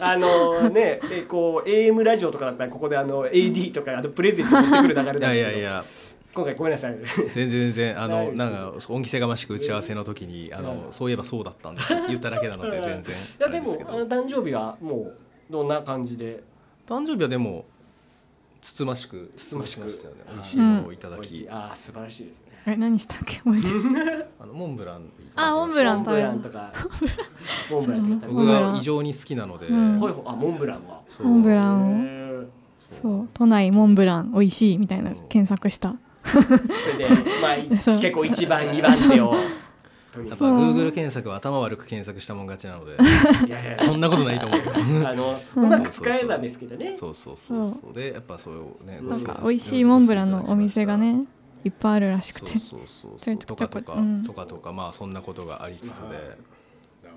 [SPEAKER 1] あのねえこう AM ラジオとかだったらここであの AD とかあのプレゼント持ってくる流れなんですけ
[SPEAKER 2] い
[SPEAKER 1] ど
[SPEAKER 2] やいやいや
[SPEAKER 1] 今回ごめんなさい
[SPEAKER 2] 全然全然あ
[SPEAKER 1] ないで
[SPEAKER 2] の
[SPEAKER 1] す
[SPEAKER 2] なんか恩着せがましく打ち合わせの時にあ
[SPEAKER 1] う
[SPEAKER 2] の
[SPEAKER 1] ん
[SPEAKER 2] そういえばそうだったんですって言っただけなので全 然
[SPEAKER 1] いや
[SPEAKER 2] あ
[SPEAKER 1] で
[SPEAKER 2] れ
[SPEAKER 1] も
[SPEAKER 2] すけど
[SPEAKER 1] あの誕生日はもうどんな感じで
[SPEAKER 2] 誕生日はでもつつましく
[SPEAKER 1] つつましく
[SPEAKER 2] 過ごしたよね美味しいものをいただ
[SPEAKER 1] 美味し
[SPEAKER 2] き、
[SPEAKER 1] いあー素晴らしいですね。
[SPEAKER 3] え何したっけ覚えてない
[SPEAKER 2] あのモンブランいただきました
[SPEAKER 3] あモンブラン
[SPEAKER 1] モンブランとかモンブランとか食べ
[SPEAKER 2] 僕
[SPEAKER 1] たい
[SPEAKER 2] が異常に好きなので、
[SPEAKER 3] うん
[SPEAKER 1] ほいほいあモンブランは。
[SPEAKER 2] そう
[SPEAKER 3] モンブラ
[SPEAKER 1] へ
[SPEAKER 3] ンを。
[SPEAKER 1] ー
[SPEAKER 3] そう都内モンブラン美味しいみたいなやつ検索した。
[SPEAKER 1] それでまあい
[SPEAKER 3] そう
[SPEAKER 1] 結構一番二番手を。とに
[SPEAKER 2] や
[SPEAKER 1] かく
[SPEAKER 2] っぱ
[SPEAKER 3] そう
[SPEAKER 2] Google 検索は頭悪く検索したもん勝ちなので
[SPEAKER 1] いやいや
[SPEAKER 2] そんなことないと思うよ
[SPEAKER 1] あのうまく使えばですけどね。
[SPEAKER 2] そうそうそうそうでやっぱそういうね
[SPEAKER 1] な
[SPEAKER 3] なんん
[SPEAKER 1] か
[SPEAKER 3] か美味しいモンブランのお店がねいっぱいあるらしく
[SPEAKER 2] そう
[SPEAKER 3] て。
[SPEAKER 2] そうそう
[SPEAKER 3] ち
[SPEAKER 2] そ
[SPEAKER 3] ょ
[SPEAKER 2] う
[SPEAKER 3] いち
[SPEAKER 2] と
[SPEAKER 3] ょこち
[SPEAKER 2] か
[SPEAKER 3] ょこと
[SPEAKER 2] か、
[SPEAKER 3] うん
[SPEAKER 2] とかとかまあそんなことがありつつで、
[SPEAKER 1] はい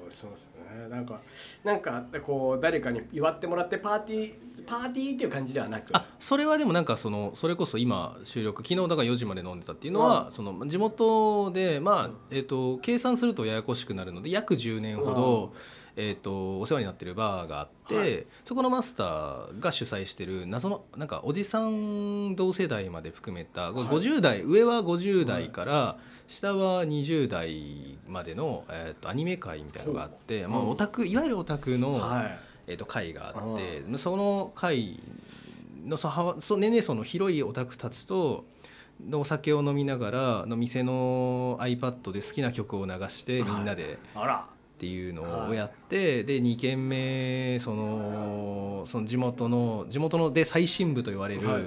[SPEAKER 1] そうですね。なんかなんかこう誰かに祝ってもらってパーティーパーティーっていう感じではなく。
[SPEAKER 2] あそれはでもなんかそのそれこそ今収録昨日だから4時まで飲んでたっていうのは、
[SPEAKER 1] うん
[SPEAKER 2] その地元でまあ、えっと計算するとややこしくなるので約10年ほど、えー、とお世話になってるバーがあって、
[SPEAKER 1] は
[SPEAKER 2] そこのマスターが主催してる謎のなんかおじさん同世代まで含めた、これ
[SPEAKER 1] はい
[SPEAKER 2] 50代上は50
[SPEAKER 1] は
[SPEAKER 2] 代
[SPEAKER 1] い
[SPEAKER 2] から、下は20代までの、えー、とアニメ界みたいなのがあって、
[SPEAKER 1] ほう
[SPEAKER 2] まあ、
[SPEAKER 1] うん
[SPEAKER 2] オタクいわゆるオタクの、
[SPEAKER 1] はい
[SPEAKER 2] えー、と会があって、その会のそはそ年齢層の広いオタクたちとのお酒を飲みながらの店の iPad で好きな曲を流してみんなで
[SPEAKER 1] あら
[SPEAKER 2] っていうの
[SPEAKER 1] は
[SPEAKER 2] を
[SPEAKER 1] い
[SPEAKER 2] やって、で2軒目そのその地元の地元ので最深部と言われる、
[SPEAKER 1] はい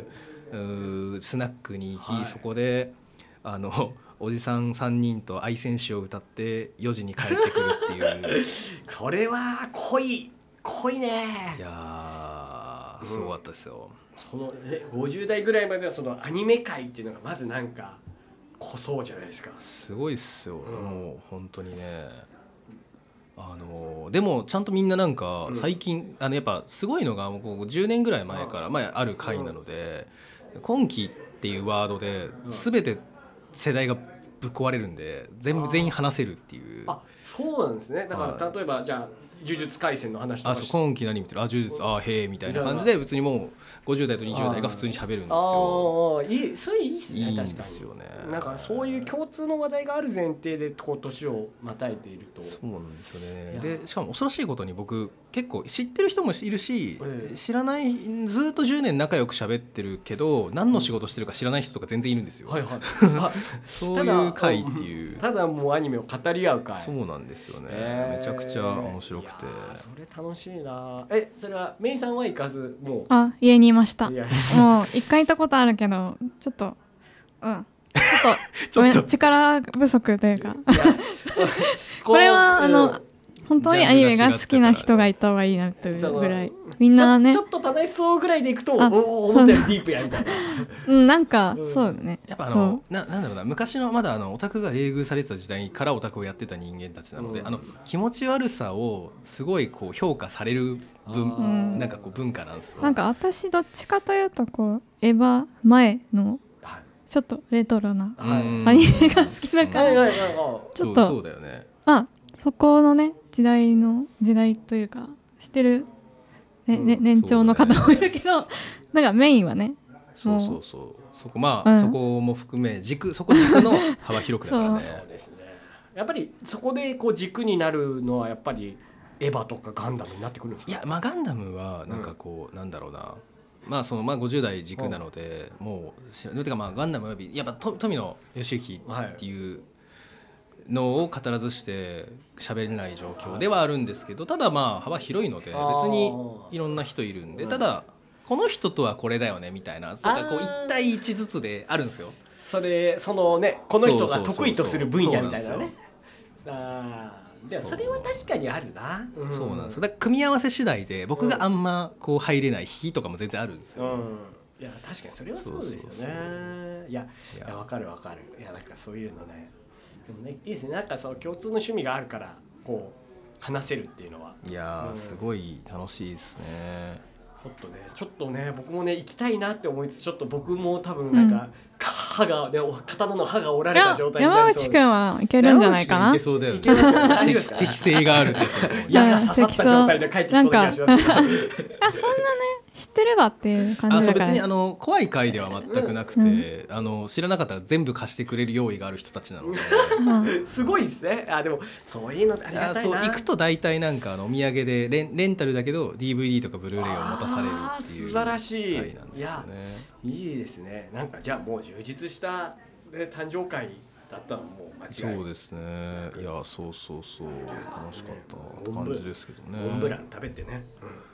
[SPEAKER 1] う
[SPEAKER 2] ースナックに行き、
[SPEAKER 1] はい
[SPEAKER 2] そこであのおじさん3人と愛選手を歌って4時に帰ってくるって いう
[SPEAKER 1] これは濃い濃いね
[SPEAKER 2] いやーすごかったですよ。
[SPEAKER 1] そのえ50代ぐらいまではそのアニメ界っていうのがまずなんか濃そうじゃないですか
[SPEAKER 2] すごいっすよ、
[SPEAKER 1] うん
[SPEAKER 2] もう本当にねあのでもちゃんとみんななんか
[SPEAKER 1] うん
[SPEAKER 2] 最近、あのやっぱすごいのがもうこう10年ぐらい前から、まあ、ある回なので「今期」っていうワードで
[SPEAKER 1] うん
[SPEAKER 2] 全て世代がぶっ壊れるんで全
[SPEAKER 1] あ
[SPEAKER 2] 部
[SPEAKER 1] ー
[SPEAKER 2] 全員話せるっていう
[SPEAKER 1] あそうなんですねだから
[SPEAKER 2] は
[SPEAKER 1] 例えばじゃあ呪術廻戦の話とか
[SPEAKER 2] あそう
[SPEAKER 1] う
[SPEAKER 2] 今期何見てるあ呪術あへえみたいな感じで別にもう50代と20代が普通に喋るんですよ。
[SPEAKER 1] ああいいそれいいっす
[SPEAKER 2] いい
[SPEAKER 1] ね
[SPEAKER 2] ん
[SPEAKER 1] 確か
[SPEAKER 2] ですよね。
[SPEAKER 1] になんかそういう共通の話題がある前提でこう年をまたいでいると
[SPEAKER 2] そうなんですよ
[SPEAKER 1] い
[SPEAKER 2] ね
[SPEAKER 1] や
[SPEAKER 2] でしかも恐ろしいことに僕結構知ってる人もいるし、
[SPEAKER 1] ええ
[SPEAKER 2] 知らないずっと10年仲良く喋ってるけど何の仕事してるか知らない人とか全然いるんですよ、
[SPEAKER 1] はいはい あ
[SPEAKER 2] そういう会っていう
[SPEAKER 1] ただもうアニメを語り合う会
[SPEAKER 2] そうなんですよね、
[SPEAKER 1] えー
[SPEAKER 2] めちゃくちゃ面白く
[SPEAKER 1] い
[SPEAKER 2] て
[SPEAKER 1] やーそれ楽しいなえそれはメイさんは行かずも
[SPEAKER 3] あ家にいまし
[SPEAKER 1] う
[SPEAKER 3] た
[SPEAKER 1] い
[SPEAKER 3] もう
[SPEAKER 1] や
[SPEAKER 3] 一回行ったことあるけどちょっとうんちょっ
[SPEAKER 2] ち
[SPEAKER 3] と
[SPEAKER 2] ょっと
[SPEAKER 3] ごめん力不足というか
[SPEAKER 1] いや
[SPEAKER 3] これはあ
[SPEAKER 1] うん
[SPEAKER 3] の本当にアニメが好きな人がいた方がいいなとい
[SPEAKER 1] ジャン
[SPEAKER 3] う
[SPEAKER 1] ルが
[SPEAKER 3] ぐら
[SPEAKER 1] 違って
[SPEAKER 3] いみんなね
[SPEAKER 1] ちょちょっと楽しそうぐらいでいくとお
[SPEAKER 3] あ
[SPEAKER 1] お思ったよりディープやみたい な
[SPEAKER 3] うんなんか
[SPEAKER 1] うん
[SPEAKER 3] そうだね
[SPEAKER 2] やっぱあの、ななんだろうな昔のまだあのオタクが冷遇されてた時代からオタクをやってた人間たちなので、
[SPEAKER 1] うん
[SPEAKER 2] あの気持ち悪さをすごいこう評価される
[SPEAKER 1] あー
[SPEAKER 2] 文なんかこう文化なんですよ。
[SPEAKER 3] なんか私どっちかというとこうエヴァ前の
[SPEAKER 1] はい
[SPEAKER 3] ちょっとレトロな
[SPEAKER 1] はい
[SPEAKER 2] うん
[SPEAKER 3] アニメが好きだか
[SPEAKER 1] はい
[SPEAKER 3] ら
[SPEAKER 1] はいはいは
[SPEAKER 3] ち
[SPEAKER 2] そ
[SPEAKER 3] ょっ
[SPEAKER 2] うそ
[SPEAKER 3] と
[SPEAKER 2] うだよね。
[SPEAKER 3] あそこのね時代の時代というかしてる、ねね
[SPEAKER 1] うん
[SPEAKER 3] 年長の
[SPEAKER 2] そうだね
[SPEAKER 3] 方もいるけどなんかメインはね
[SPEAKER 2] そう
[SPEAKER 3] もう
[SPEAKER 2] そうそう。そこまあ、
[SPEAKER 3] うん
[SPEAKER 2] そこも含め軸そこ軸の幅広くだから
[SPEAKER 1] い
[SPEAKER 2] ね。
[SPEAKER 1] そうですねやっぱりそこでこう軸になるのはやっぱりエヴァとかガンダムになってくるんです
[SPEAKER 2] い
[SPEAKER 1] か
[SPEAKER 2] やまあガンダムはなんかこう、なんだろうな。まあそのまあ50代軸なので、もう知らてかまあガンダムおよびやっぱと富野義行っていうのを語らずして喋れない状況ではあるんですけど、ただまあ幅広いので
[SPEAKER 1] あー
[SPEAKER 2] 別にいろんな人いるんで、ただ。この人とはこれだよねみたいな、とかこ
[SPEAKER 1] あ
[SPEAKER 2] う
[SPEAKER 1] ー
[SPEAKER 2] 一対一ずつであるんですよ。
[SPEAKER 1] それそのねこの人が
[SPEAKER 2] そうそうそうそう
[SPEAKER 1] 得意とする分野みたいな
[SPEAKER 2] そうなん
[SPEAKER 1] ね
[SPEAKER 2] です
[SPEAKER 1] さあでも
[SPEAKER 2] そう
[SPEAKER 1] それは確かにあるな
[SPEAKER 2] そうなんですよ
[SPEAKER 1] ね
[SPEAKER 2] だから組み合わせ次第で僕があんまこう入れない日とかも全然あるんです
[SPEAKER 1] う
[SPEAKER 2] よ、
[SPEAKER 1] んいや確かにそれはそうですよ
[SPEAKER 2] そうそう
[SPEAKER 1] ねいや
[SPEAKER 2] い
[SPEAKER 1] いやわ
[SPEAKER 2] や
[SPEAKER 1] かるわかるいやなんかそういうのねでもねいいですねなんかその共通の趣味があるからこう話せるっていうのはい
[SPEAKER 2] や
[SPEAKER 1] う
[SPEAKER 2] ー
[SPEAKER 1] ん
[SPEAKER 2] すごい楽しいですね
[SPEAKER 1] ほっとねちょっとね僕もね行きたいなって思いつつちょっと僕も多分なんか、歯がねお刀の歯が折ら
[SPEAKER 3] い
[SPEAKER 1] れた
[SPEAKER 3] や
[SPEAKER 1] 状態にな
[SPEAKER 3] 山
[SPEAKER 1] りそう
[SPEAKER 3] 内くんはいけるんじゃないか
[SPEAKER 2] い
[SPEAKER 3] な
[SPEAKER 2] けそうだよね
[SPEAKER 1] けますかねあ りま
[SPEAKER 2] 適
[SPEAKER 1] すか
[SPEAKER 2] 適性があるってやつだと思う
[SPEAKER 1] いやいや刺さった状態で帰ってきそうな気がしますけど
[SPEAKER 3] あそんなね知ってればっていう感
[SPEAKER 2] あ
[SPEAKER 3] じ
[SPEAKER 2] そう
[SPEAKER 3] だか
[SPEAKER 2] 別
[SPEAKER 3] ら
[SPEAKER 2] にあの怖い回では全くなくて、あの知らなかったら全部貸してくれる用意がある人たちなので
[SPEAKER 3] う ん
[SPEAKER 1] すごいですねあでもそういうのありが
[SPEAKER 2] あ
[SPEAKER 1] たい
[SPEAKER 2] そう
[SPEAKER 1] な
[SPEAKER 2] 行くと大体なんかあのお土産でレンレンタルだけど DVD とかブルーレイを持たされる
[SPEAKER 1] あー
[SPEAKER 2] っていう
[SPEAKER 1] 素晴らしい
[SPEAKER 2] 回なんですよね
[SPEAKER 1] いいですねなんかじゃあもう充実した、ね、誕生会だったのもう間違いない
[SPEAKER 2] そうですね。いや、そうそうそう、楽しかったって感じですけどね。
[SPEAKER 1] モンブラン食べてね、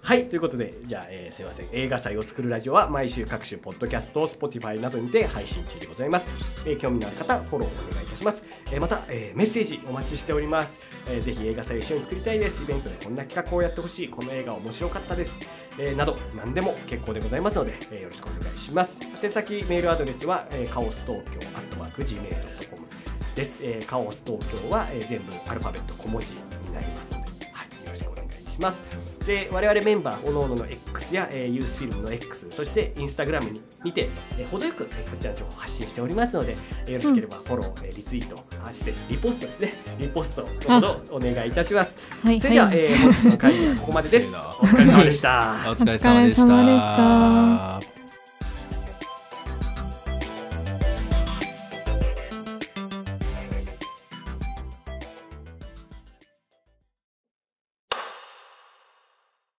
[SPEAKER 1] はいということでじゃあ、えーすいません映画祭を作るラジオは毎週各種ポッドキャスト Spotify などにて配信中でございます、えー興味のある方フォローお願いいたします、えーまた、えーメッセージお待ちしております、えーぜひ映画祭を一緒に作りたいですイベントでこんな企画をやってほしいこの映画面白かったです、えーなど何でも結構でございますので、えーよろしくお願いします宛先メールアドレスは、えー、カオス東京アットマーク Gmail.com です、えーカオス東京は、えー全部アルファベット小文字になりますので、はい、よろしくお願いしますしますで我々メンバーおのおのの X や、えーユースフィルムの X そしてインスタグラムに見て、えー程よく、えーこちらの情報を発信しておりますので、えーよろしければフォロー、えーリツイートあ失礼リポストですねリポストをどうぞお願いいたします
[SPEAKER 3] はい
[SPEAKER 1] それでは、
[SPEAKER 3] はい
[SPEAKER 1] えー本日の会議はここまでですお疲れ様でした
[SPEAKER 2] お疲れ様でした
[SPEAKER 3] お疲れ様でした